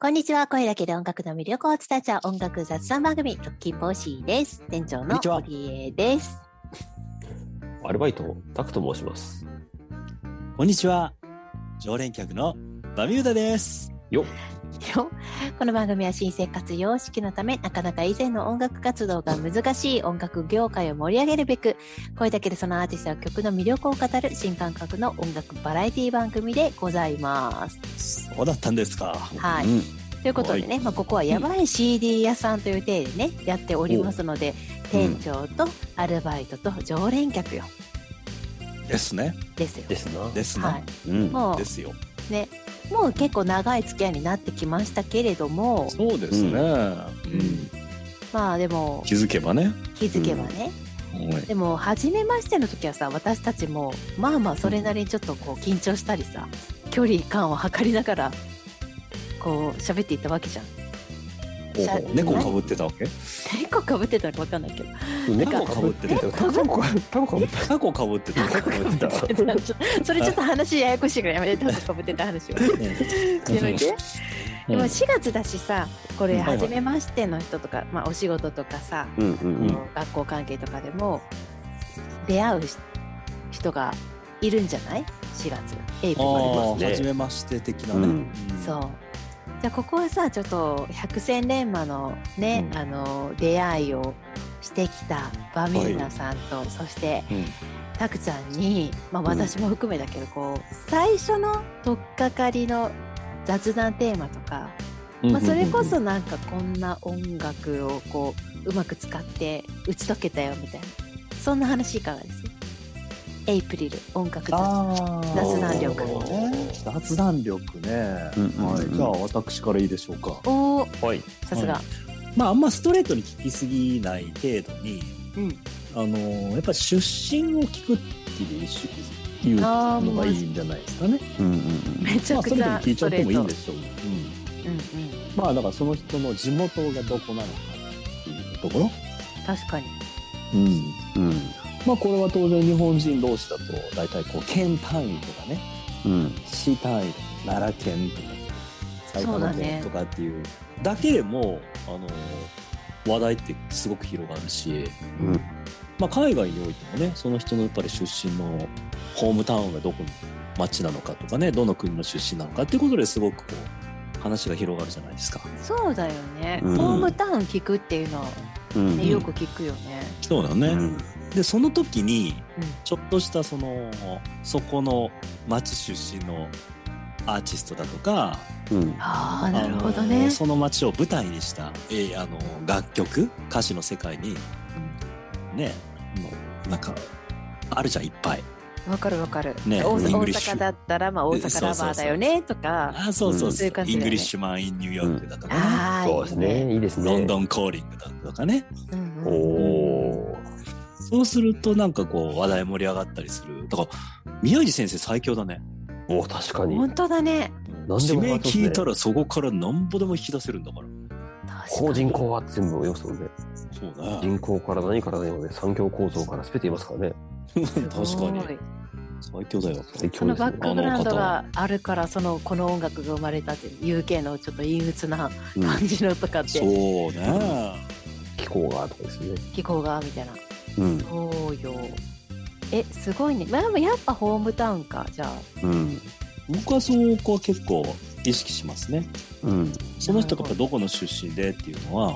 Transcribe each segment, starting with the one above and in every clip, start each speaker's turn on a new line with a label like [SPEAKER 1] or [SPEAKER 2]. [SPEAKER 1] こんにちは。声だけで音楽の魅力を伝えちゃう音楽雑談番組、ロッキーポーシーです。店長
[SPEAKER 2] こん
[SPEAKER 1] の
[SPEAKER 2] にちは
[SPEAKER 1] 堀江です。
[SPEAKER 3] アルバイト、タクと申します。
[SPEAKER 2] こんにちは。常連客のバミューダです。
[SPEAKER 3] よっ
[SPEAKER 1] よこの番組は新生活様式のため、なかなか以前の音楽活動が難しい音楽業界を盛り上げるべく、声だけでそのアーティストや曲の魅力を語る新感覚の音楽バラエティ番組でございます。
[SPEAKER 2] そうだったんですか。
[SPEAKER 1] はい
[SPEAKER 2] うん
[SPEAKER 1] ということでね、まあ、ここはやばい CD 屋さんという体でね、やっておりますので、
[SPEAKER 2] うん
[SPEAKER 1] 店長とアルバイトと常連客よ。
[SPEAKER 2] ですね。
[SPEAKER 1] ですよ。
[SPEAKER 3] ですな。
[SPEAKER 2] ですね。
[SPEAKER 1] はい。
[SPEAKER 3] うん。
[SPEAKER 1] も
[SPEAKER 2] で
[SPEAKER 1] う
[SPEAKER 2] すよ。
[SPEAKER 1] ね、もう結構長い付き合いになってきましたけれども、
[SPEAKER 2] そうですね。
[SPEAKER 1] うんまあでも
[SPEAKER 2] 気づけばね。
[SPEAKER 1] 気づけばね、
[SPEAKER 2] はい
[SPEAKER 1] でも初めましての時はさ私たちもまあまあそれなりにちょっとこう緊張したりさ距離感を測りながらこう喋っていったわけじゃん
[SPEAKER 2] ほうほう猫
[SPEAKER 1] はい
[SPEAKER 2] かぶってたわけ。
[SPEAKER 1] 猫かぶってたのか分かんないけ ど
[SPEAKER 2] 猫かぶってたよ。
[SPEAKER 3] タコかぶタコかぶっ
[SPEAKER 2] タコかぶってた。
[SPEAKER 1] 猫かぶってたそれちょっと話ややこしいからやめて猫かぶってた 話をやめてでも4月だしさこ
[SPEAKER 2] う
[SPEAKER 1] れ
[SPEAKER 2] んはいはい
[SPEAKER 1] 初めましての人とか、まあ、お仕事とかさ、
[SPEAKER 3] うんうんうん。
[SPEAKER 1] 学校関係とかでも出会うし人がいるんじゃない4月エイプ
[SPEAKER 2] あ
[SPEAKER 1] ル
[SPEAKER 2] あ、
[SPEAKER 3] ね
[SPEAKER 2] 初めまして的なね。
[SPEAKER 3] うん
[SPEAKER 2] ん
[SPEAKER 1] そうじゃあここはさちょっと百戦錬磨のね、
[SPEAKER 2] うん
[SPEAKER 1] あの出会いをしてきたバミューナさんと、そして
[SPEAKER 2] うん
[SPEAKER 1] タクちゃんに、まあ、
[SPEAKER 3] ん
[SPEAKER 1] 私も含めだけど、こう最初の取っかかりの雑談テーマとか、
[SPEAKER 2] うん
[SPEAKER 1] まあ、それこそなんかこんな音楽をこううまく使って打ち解けたよみたいなそんな話いかがですエイプリル音楽雑
[SPEAKER 2] あー
[SPEAKER 1] 雑談力
[SPEAKER 2] ね雑談力ね、
[SPEAKER 3] うんうんうん
[SPEAKER 2] はい、じゃあ私からいいでしょうか
[SPEAKER 1] おー
[SPEAKER 3] はい。
[SPEAKER 1] さすが、
[SPEAKER 2] はまああんまストレートに聞きすぎない程度に
[SPEAKER 1] うん
[SPEAKER 2] あのーやっぱ出身を聞くっていうしいう
[SPEAKER 1] あー
[SPEAKER 2] のがいいんじゃないですかね
[SPEAKER 3] うんうん
[SPEAKER 1] めちゃ
[SPEAKER 2] まあ
[SPEAKER 1] く
[SPEAKER 2] そ
[SPEAKER 1] ち
[SPEAKER 2] れでも
[SPEAKER 1] ゃ
[SPEAKER 2] 聞い
[SPEAKER 1] ス
[SPEAKER 2] ち
[SPEAKER 1] ト
[SPEAKER 2] ゃっ
[SPEAKER 1] レ
[SPEAKER 2] てもいい
[SPEAKER 1] ー
[SPEAKER 2] ん
[SPEAKER 1] ト
[SPEAKER 2] でしょう、うん、
[SPEAKER 1] うんうん
[SPEAKER 2] まあだからその人の地元がどこなのかっていうところ
[SPEAKER 1] 確かに
[SPEAKER 2] うん
[SPEAKER 3] うん
[SPEAKER 2] まあこれは当然日本人同士だと大体こう県単位とかね
[SPEAKER 3] うん
[SPEAKER 2] 市単位奈良県とか埼
[SPEAKER 1] そうだ
[SPEAKER 2] 玉
[SPEAKER 1] ね
[SPEAKER 2] 県とかっていうだけでもあの話題ってすごく広がるし、
[SPEAKER 3] うん
[SPEAKER 2] まあ、海外においてもねその人のやっぱり出身のホームタウンがどこの町なのかとかねどの国の出身なのかっていうことですごくこう話が広がるじゃないですか。
[SPEAKER 1] そうだよね、
[SPEAKER 3] うん
[SPEAKER 1] ホームタウン聞くっていうのは、
[SPEAKER 3] うん
[SPEAKER 1] ねよく聞くよね、
[SPEAKER 2] そうだねでその時にちょっとしたそのそこの町出身のアーティストだとか
[SPEAKER 3] うん
[SPEAKER 1] ああ
[SPEAKER 2] あ
[SPEAKER 1] なるほどね、
[SPEAKER 2] のその街を舞台にした、えーあの楽曲歌詞の世界に、ねもうなんかあるじゃんいっぱい
[SPEAKER 1] わかるわかる、
[SPEAKER 2] ね
[SPEAKER 1] 大
[SPEAKER 3] イン
[SPEAKER 1] 阪大
[SPEAKER 2] グリッシュ
[SPEAKER 1] 阪だったら、まあ、大阪ラバーだよねとか
[SPEAKER 2] あそうそう
[SPEAKER 1] そう
[SPEAKER 2] そ、
[SPEAKER 1] いうう感じ
[SPEAKER 2] イ
[SPEAKER 1] だよ
[SPEAKER 2] ン
[SPEAKER 1] ね
[SPEAKER 2] グリッシュマン・イン・ニューヨークだとかね、
[SPEAKER 1] ああ
[SPEAKER 3] そうですね。いいですね。
[SPEAKER 2] ロンドン・コーリングだとかね
[SPEAKER 1] うん
[SPEAKER 3] お
[SPEAKER 1] うん
[SPEAKER 3] おー。
[SPEAKER 2] そうするとなんかこう話題盛り上がったりするだから宮地先生最強だね
[SPEAKER 3] おー確かに。
[SPEAKER 1] 本当だね
[SPEAKER 3] 何で
[SPEAKER 2] 地
[SPEAKER 3] も
[SPEAKER 2] 名
[SPEAKER 3] 話すね
[SPEAKER 2] 聞いたらそこからなんぼでも引き出せるんだから
[SPEAKER 1] 確
[SPEAKER 3] 個
[SPEAKER 1] かに
[SPEAKER 3] 人口は全部およそで、
[SPEAKER 2] そうね
[SPEAKER 3] 人口から何から何まで産業構造からすべていますからね。
[SPEAKER 2] 確か
[SPEAKER 1] すごい
[SPEAKER 2] に最強だよ
[SPEAKER 3] 最強
[SPEAKER 1] その
[SPEAKER 3] です
[SPEAKER 1] バ
[SPEAKER 3] よ
[SPEAKER 1] ックグラウンドがあるからそのこの音楽が生まれたっていう UK のちょっと陰鬱な
[SPEAKER 3] うん
[SPEAKER 1] 感じのとかって、
[SPEAKER 2] そうね
[SPEAKER 3] 気候がとかですね。
[SPEAKER 1] 気候がみたいな
[SPEAKER 3] うん
[SPEAKER 1] そうよえすごいねまあでもやっぱホームタウンかじゃあ
[SPEAKER 3] うん
[SPEAKER 2] 僕はそこは結構意識しますね
[SPEAKER 3] うん
[SPEAKER 2] その人がやっぱどこの出身でっていうのは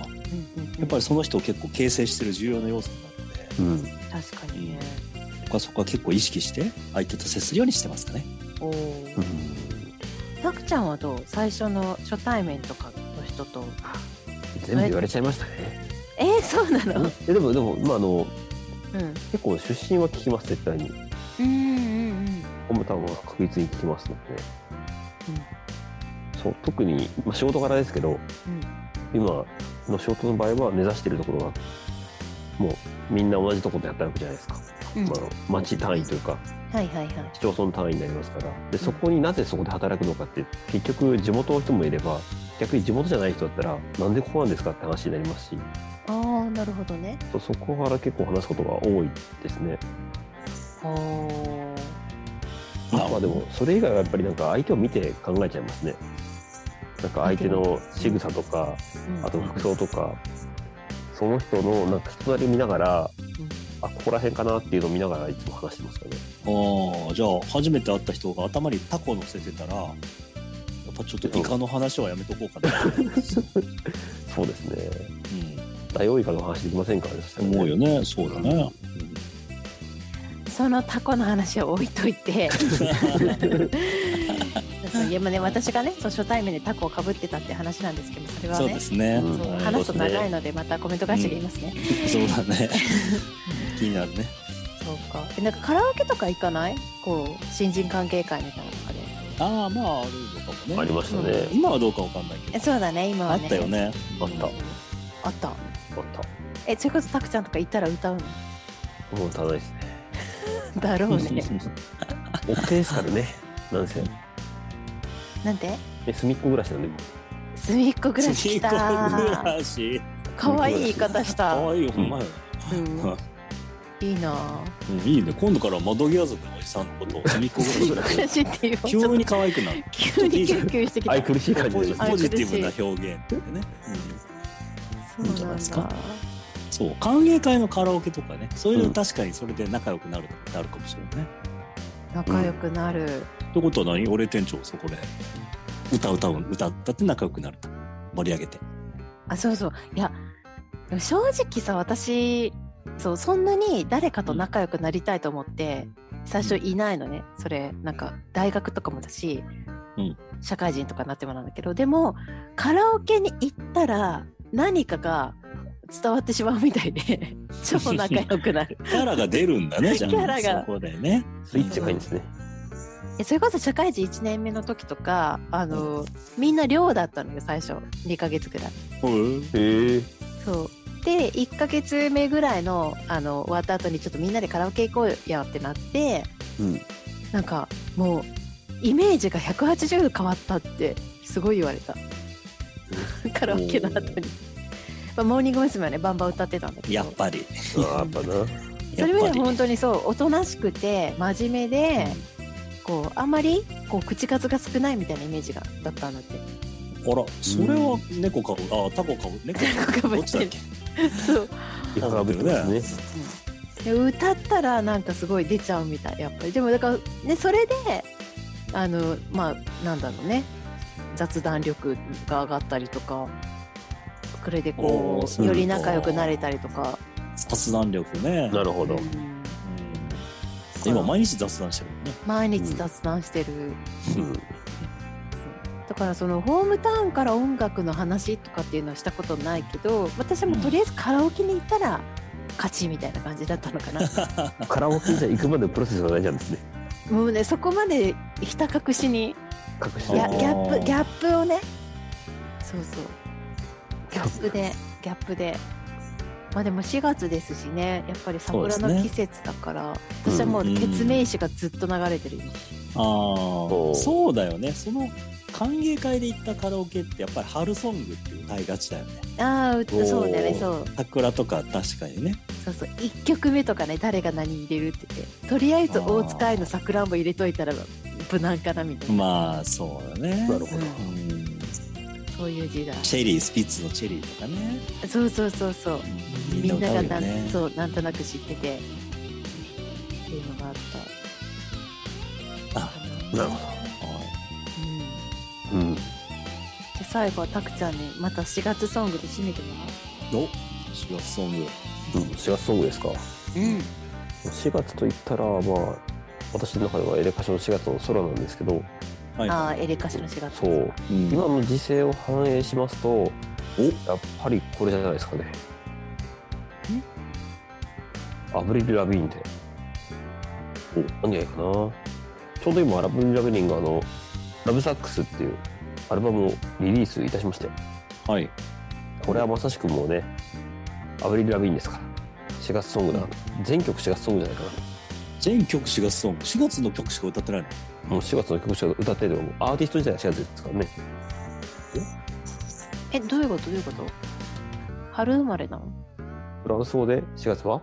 [SPEAKER 2] やっぱりその人を結構形成してる重要な要素になるので
[SPEAKER 3] うん
[SPEAKER 1] り確かにね
[SPEAKER 2] 僕はそこは結構意識して相手と接するようにしてますかね
[SPEAKER 1] おお
[SPEAKER 3] うん
[SPEAKER 1] たくちゃんはどう最初の初対面とかの人と
[SPEAKER 3] 全部言われちゃいましたね。
[SPEAKER 1] えー、そうなの
[SPEAKER 3] えでもでもまああの
[SPEAKER 1] うん
[SPEAKER 3] 結構出身は聞きます絶対に。
[SPEAKER 1] うんうんうん
[SPEAKER 3] ホームタウンは確実に聞きますので、そう特に、まあ、仕事柄ですけど
[SPEAKER 1] うん
[SPEAKER 3] 今の仕事の場合は目指してるところがもうみんな同じところで働くじゃないですか、
[SPEAKER 1] うん
[SPEAKER 3] まあ、町単位というか
[SPEAKER 1] はいはいはい
[SPEAKER 3] 市町村単位になりますからでそこになぜそこで働くのかって結局地元の人もいれば逆に地元じゃない人だったらなんでここなんですかって話になりますし
[SPEAKER 1] ああなるほどね
[SPEAKER 3] そうそこから結構話すことが多いですね
[SPEAKER 1] おお
[SPEAKER 3] まあでもそれ以外はやっぱりなんか相手を見て考えちゃいますねなんか相手の仕草とか
[SPEAKER 1] うん
[SPEAKER 3] あと服装とかその人のなんか人だけ見ながら、あここら辺かなっていうのを見ながらいつも話してますかね
[SPEAKER 2] ああ、じゃあ、初めて会った人が頭にタコ乗せてたら、やっぱちょっとイカの話はやめとこうかな。
[SPEAKER 3] そうですねダイオウイカの話できませんからね
[SPEAKER 2] うん、思うよね。そうだね。
[SPEAKER 1] そのタコの話は置いといてそういやまあね私がねそう初対面でタコをかぶってたって話なんですけどそれは
[SPEAKER 2] そう
[SPEAKER 1] ね
[SPEAKER 2] ですね。
[SPEAKER 3] うん
[SPEAKER 1] そう
[SPEAKER 2] はい
[SPEAKER 1] 話すと長いのでまたコメント返して言いますね、
[SPEAKER 2] そうだね。気になるね。
[SPEAKER 1] そうかえなんかカラオケとか行かないこう新人関係会みたいなのとかで
[SPEAKER 2] ああ、まあ、あるのかもね。
[SPEAKER 3] ありましたね、
[SPEAKER 1] う
[SPEAKER 2] 今はどうかわかんないけ
[SPEAKER 1] え
[SPEAKER 2] ど。
[SPEAKER 1] そうだね今
[SPEAKER 2] あ
[SPEAKER 1] は
[SPEAKER 2] っ
[SPEAKER 1] ね
[SPEAKER 2] たよね。
[SPEAKER 3] あった
[SPEAKER 1] あった
[SPEAKER 3] あっ
[SPEAKER 1] えそれこそタクちゃんとか行ったら歌うの
[SPEAKER 3] たもうただですね
[SPEAKER 1] だろうね
[SPEAKER 3] 奥手ですからねなんせ
[SPEAKER 1] なんて
[SPEAKER 3] え隅っこ暮らしなんで
[SPEAKER 1] 隅っこ暮らし来
[SPEAKER 2] ちいこ暮
[SPEAKER 1] た
[SPEAKER 2] らし。
[SPEAKER 1] 可愛い言い方し
[SPEAKER 2] か
[SPEAKER 1] た、
[SPEAKER 2] わいいよ、ほんまよ。
[SPEAKER 1] うん、いいなぁ
[SPEAKER 2] うんいいね。今度から窓際族のおじさんのことを隅っこ暮らし
[SPEAKER 1] 悔しいっていう
[SPEAKER 2] 急に可愛くなる。
[SPEAKER 1] 急にキュンキュンしてきた
[SPEAKER 3] 愛くるしい感じ
[SPEAKER 2] ポジ
[SPEAKER 3] で
[SPEAKER 1] あ
[SPEAKER 2] ポジティブな表現ってね。うん
[SPEAKER 1] そう
[SPEAKER 2] いいんじゃない
[SPEAKER 1] ん
[SPEAKER 2] です
[SPEAKER 1] だ
[SPEAKER 2] かそう歓迎会のカラオケとかねそういうの確かにそれで仲良くなるなるかもしれないね。
[SPEAKER 1] 仲良くなる、
[SPEAKER 2] ってことは何俺店長そこで歌歌う歌ったって仲良くなると盛り上げて。
[SPEAKER 1] あそうそういやでも正直さ私そうそんなに誰かと仲良くなりたいと思って最初いないのねそれなんか大学とかもだし、
[SPEAKER 2] うん
[SPEAKER 1] 社会人とかになってもなんだけどでもカラオケに行ったら何かが伝わってしまうみたい で超仲良くなる
[SPEAKER 2] キャラが出るんだねじゃあ
[SPEAKER 1] キャラが
[SPEAKER 2] そこでね。
[SPEAKER 3] スイッチがいいんですね
[SPEAKER 1] えそれこそ社会人1年目の時とかあのみんな寮だったのよ最初2ヶ月ぐらい。
[SPEAKER 2] うん
[SPEAKER 3] へえ
[SPEAKER 1] そうで1ヶ月目ぐらいのあの終わった後にちょっとみんなでカラオケ行こうやってなって
[SPEAKER 3] うん
[SPEAKER 1] なんかもうイメージが180度変わったってすごい言われたカラオケの後に、まあ、モーニング娘。はねバンバン歌ってたんだけど
[SPEAKER 2] やっぱり。
[SPEAKER 3] あーやっぱな
[SPEAKER 1] それまで本
[SPEAKER 2] 当
[SPEAKER 1] 当にそうおとなしくて真面目で、こうあんまりこう口数が少ないみたいなイメージがだったんだって
[SPEAKER 2] あらそれは猫かぶあタコかぶ猫か
[SPEAKER 1] か
[SPEAKER 2] ぶ
[SPEAKER 1] ぶ
[SPEAKER 2] どっ
[SPEAKER 1] っ
[SPEAKER 2] ちだ
[SPEAKER 1] て
[SPEAKER 2] っ
[SPEAKER 1] る
[SPEAKER 2] け。
[SPEAKER 1] そう
[SPEAKER 3] イカがぶってますね
[SPEAKER 1] で歌ったらなんかすごい出ちゃうみたいやっぱりでもだから、ね、それであのまあなんだろうね雑談力が上がったりとかそれで
[SPEAKER 2] おー
[SPEAKER 1] こ
[SPEAKER 2] そうう
[SPEAKER 1] より仲良くなれたりとか、
[SPEAKER 2] 雑談力ね。
[SPEAKER 3] なるほ
[SPEAKER 1] う
[SPEAKER 3] ど
[SPEAKER 1] ん
[SPEAKER 2] うん今毎日雑談してるもんね。
[SPEAKER 1] 毎日雑談してる、
[SPEAKER 3] うん
[SPEAKER 1] だからそのホームタウンから音楽の話とかっていうのはしたことないけど私はもうとりあえずカラオケに行ったら勝ちみたいな感じだったのか な
[SPEAKER 3] カラオケじゃ行くまでのプロセスが大事なんですね
[SPEAKER 1] もうねそこまでひた隠しに
[SPEAKER 3] 隠し
[SPEAKER 1] ギャ
[SPEAKER 2] あー
[SPEAKER 1] ギャップギャップをねそうそうギャップでギャップでまあでも4月ですしねやっぱり桜
[SPEAKER 2] そうで
[SPEAKER 1] の
[SPEAKER 2] す
[SPEAKER 1] 季
[SPEAKER 2] ね
[SPEAKER 1] 節だから、私はもう血明石がずっと流れてる、今
[SPEAKER 2] あ
[SPEAKER 3] お
[SPEAKER 2] あ
[SPEAKER 3] う
[SPEAKER 2] そうだよねその歓迎会で行ったカラオケってやっぱり春ソングって歌いがちだよね
[SPEAKER 1] ああうそうだねそう
[SPEAKER 2] 桜とか確かにね
[SPEAKER 1] そうそう1曲目とかね誰が何入れるって言ってとりあえず大塚愛の桜も入れといたら無難かなみたいな、
[SPEAKER 2] まあそうだね
[SPEAKER 3] なるほど
[SPEAKER 2] うん
[SPEAKER 1] そういう時代
[SPEAKER 2] チェリースピッツのチェリーとかね
[SPEAKER 1] そうそうそうそう
[SPEAKER 2] うんみ
[SPEAKER 1] み
[SPEAKER 2] ん
[SPEAKER 1] ん
[SPEAKER 2] な
[SPEAKER 1] なが
[SPEAKER 2] 歌うよ
[SPEAKER 1] なん,、
[SPEAKER 2] ね
[SPEAKER 1] そうなんとなく知っててっていうのがあった
[SPEAKER 2] あ
[SPEAKER 1] か
[SPEAKER 3] なるほ
[SPEAKER 2] は
[SPEAKER 1] うんじ
[SPEAKER 3] どうん
[SPEAKER 1] ゃあ最後はたくちゃんにまた4月ソングで締めてもら
[SPEAKER 2] いお4月ソング
[SPEAKER 3] うん4月ソングですか
[SPEAKER 1] ううん
[SPEAKER 3] 4月といったらまあ私の中ではエレカシの4月の空なんですけど
[SPEAKER 2] はい
[SPEAKER 1] ああエレカシの4月
[SPEAKER 3] そう
[SPEAKER 2] うん
[SPEAKER 3] 今の時勢を反映しますと
[SPEAKER 2] お
[SPEAKER 3] やっぱりこれじゃないですかねアブリル・ラビーンでお何がいいかなちょうど今アブリル・ラビーンがあの「ラブサックス」っていうアルバムをリリースいたしまして
[SPEAKER 2] はい
[SPEAKER 3] これはまさしくもうねアブリル・ラビーンですから4月ソングだなと全曲4月ソングじゃないかな
[SPEAKER 2] 全曲4月ソング4月の曲しか歌ってないの
[SPEAKER 3] もう4月の曲しか歌ってるのもアーティスト自体が4月ですからね
[SPEAKER 1] えどういうことどういうこと春生まれなの
[SPEAKER 3] フランス語で4月は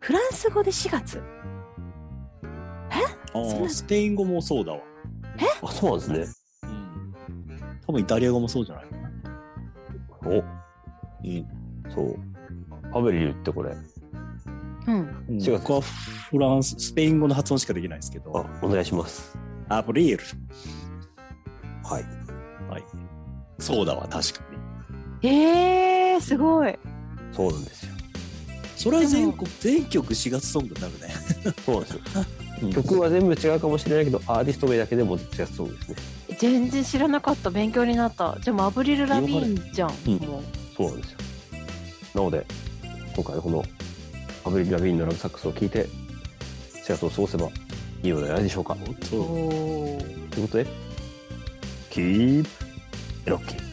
[SPEAKER 1] フランス語で4月
[SPEAKER 2] あ
[SPEAKER 1] そん
[SPEAKER 2] ー
[SPEAKER 1] な
[SPEAKER 2] スペイン語もそうだわ
[SPEAKER 3] あそうなんです
[SPEAKER 2] う
[SPEAKER 3] ね
[SPEAKER 2] ん
[SPEAKER 3] 多
[SPEAKER 2] 多分イタリア語もそうじゃないかな。
[SPEAKER 3] お
[SPEAKER 2] うん
[SPEAKER 3] そう。アブリルってこれ。
[SPEAKER 1] うん。
[SPEAKER 2] うん
[SPEAKER 3] 違う
[SPEAKER 2] 僕はフランス、スペイン語の発音しかできないですけ
[SPEAKER 3] あ
[SPEAKER 2] ど、、
[SPEAKER 3] お願いします。
[SPEAKER 2] アブリル。
[SPEAKER 3] はい。
[SPEAKER 2] はい。そうだわ、確かに。
[SPEAKER 1] えー、すごい。
[SPEAKER 3] そうなんですよ。
[SPEAKER 2] それは全
[SPEAKER 1] で
[SPEAKER 2] 国、全曲4月ソングになるね。
[SPEAKER 3] そうなんですよ。曲は全部違うかもしれないけど、アーティスト名だけでも違うそうですね。
[SPEAKER 1] 全然知らなかった。勉強になった。じゃあもうアブリル・ラビーンじゃん。
[SPEAKER 2] うん
[SPEAKER 1] もう
[SPEAKER 3] そうなんですよ。なので、今回このアブリル・ラビーンのラブサックスを聴いて、4月を過ごせばいいのではないでしょうか。
[SPEAKER 2] そう
[SPEAKER 1] おー
[SPEAKER 3] ということで、キープロッキー。